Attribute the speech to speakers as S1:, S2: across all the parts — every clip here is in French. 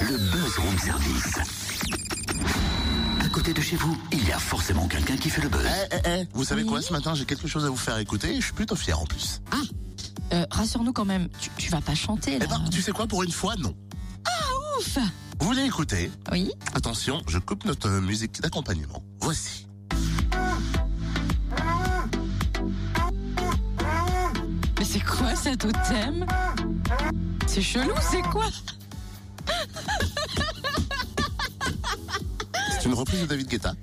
S1: Le buzz room service. À côté de chez vous, il y a forcément quelqu'un qui fait le buzz.
S2: Eh, eh, eh, vous savez quoi, ce matin, j'ai quelque chose à vous faire écouter et je suis plutôt fier en plus.
S3: Euh, Rassure-nous quand même, tu, tu vas pas chanter là.
S2: Eh ben, tu sais quoi, pour une fois, non.
S3: Ah, Ouf
S2: Vous voulez écouter
S3: Oui
S2: Attention, je coupe notre euh, musique d'accompagnement. Voici.
S3: Mais c'est quoi ça totem C'est chelou, c'est quoi
S2: C'est une reprise de David Guetta.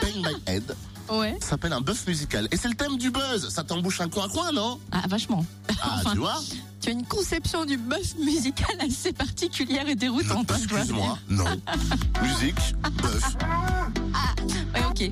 S2: Bang My Head
S3: Ouais.
S2: ça s'appelle un bœuf musical. Et c'est le thème du buzz. Ça t'embouche un coin à coin, non
S3: Ah, vachement.
S2: Ah,
S3: Enfin,
S2: tu vois
S3: Tu as une conception du bœuf musical assez particulière
S2: Non,
S3: et déroutante. hein, je dois
S2: Ah, Excuse-moi, non. Musique, bœuf.
S3: dire. Ouais, ok.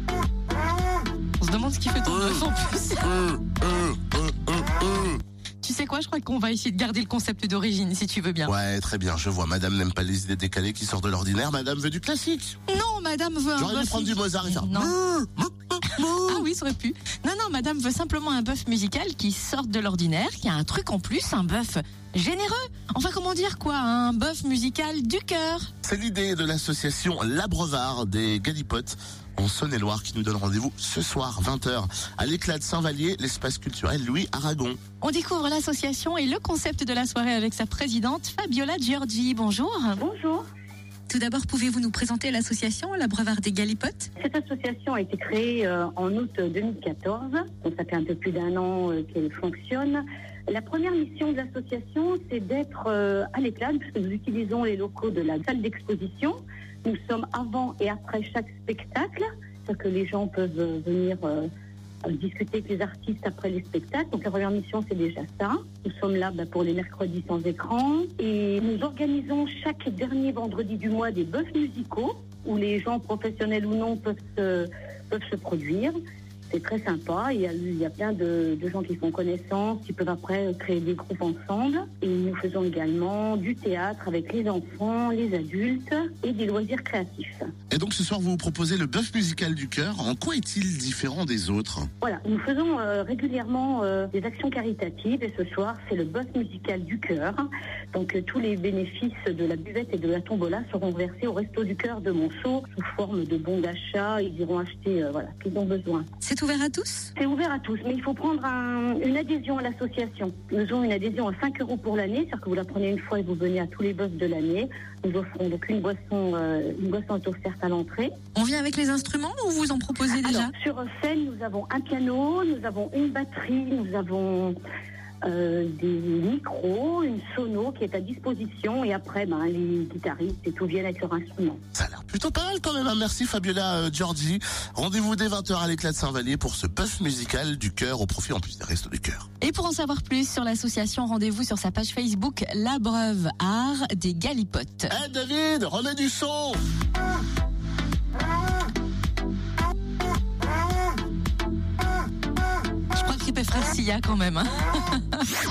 S3: On se demande ce qu'il fait ton bœuf en plus.
S2: Euh, euh, euh, euh, euh.
S3: Tu sais quoi, je crois qu'on va essayer de garder le concept d'origine si tu veux bien.
S2: Ouais, très bien, je vois. Madame n'aime pas les idées décalées qui sortent de l'ordinaire. Madame veut du classique.
S3: Non, madame veut un
S2: J'aurais dû
S3: bœuf.
S2: prendre du Mozart et faire.
S3: Non.
S2: Mou, mou, mou,
S3: Ah
S2: mou.
S3: oui, ça aurait pu. Non, non, madame veut simplement un bœuf musical qui sorte de l'ordinaire, qui a un truc en plus, un bœuf généreux. Enfin, comment dire quoi Un bœuf musical du cœur.
S2: C'est l'idée de l'association L'Abrevard des Galipotes en Saône-et-Loire qui nous donne rendez-vous ce soir, 20h, à l'éclat de Saint-Vallier, l'espace culturel Louis Aragon.
S3: On découvre l'association et le concept de la soirée avec sa présidente Fabiola Giorgi. Bonjour.
S4: Bonjour.
S3: Tout d'abord, pouvez-vous nous présenter l'association La Brevard des Galipotes
S4: Cette association a été créée euh, en août 2014. Donc, ça fait un peu plus d'un an euh, qu'elle fonctionne. La première mission de l'association, c'est d'être euh, à l'éclat, puisque nous utilisons les locaux de la salle d'exposition. Nous sommes avant et après chaque spectacle, c'est-à-dire que les gens peuvent euh, venir euh, euh, discuter avec les artistes après les spectacles. Donc la première mission, c'est déjà ça. Nous sommes là bah, pour les mercredis sans écran. Et nous organisons chaque dernier vendredi du mois des bœufs musicaux, où les gens professionnels ou non peuvent se, peuvent se produire. C'est très sympa. Il y a, il y a plein de, de gens qui font connaissance, qui peuvent après créer des groupes ensemble. Et nous faisons également du théâtre avec les enfants, les adultes et des loisirs créatifs.
S2: Et donc ce soir, vous vous proposez le bœuf musical du cœur. En quoi est-il différent des autres
S4: Voilà, nous faisons euh, régulièrement euh, des actions caritatives et ce soir c'est le boss musical du cœur. Donc euh, tous les bénéfices de la buvette et de la tombola seront versés au resto du cœur de Monceau sous forme de bons d'achat. Ils iront acheter euh, voilà, ce qu'ils ont besoin.
S3: C'est ouvert à tous
S4: C'est ouvert à tous, mais il faut prendre un- une adhésion à l'association. Nous avons une adhésion à 5 euros pour l'année, c'est-à-dire que vous la prenez une fois et vous venez à tous les boss de l'année. Nous offrons donc une boisson, euh, une boisson est offerte à l'entrée.
S3: On vient avec les instruments ou vous en proposez
S4: Alors, sur scène, nous avons un piano, nous avons une batterie, nous avons euh, des micros, une sono qui est à disposition, et après, ben, les guitaristes et tout viennent avec leur instrument.
S2: Ça a l'air plutôt pas mal quand même. hein. Merci Fabiola euh, Giorgi. Rendez-vous dès 20h à l'éclat de Saint-Vallier pour ce bœuf musical du cœur au profit en plus des restes du cœur.
S3: Et pour en savoir plus sur l'association, rendez-vous sur sa page Facebook La Breuve Art des Galipotes.
S2: Eh David, remets du son
S3: Je crois que Frère Silla quand même. hein.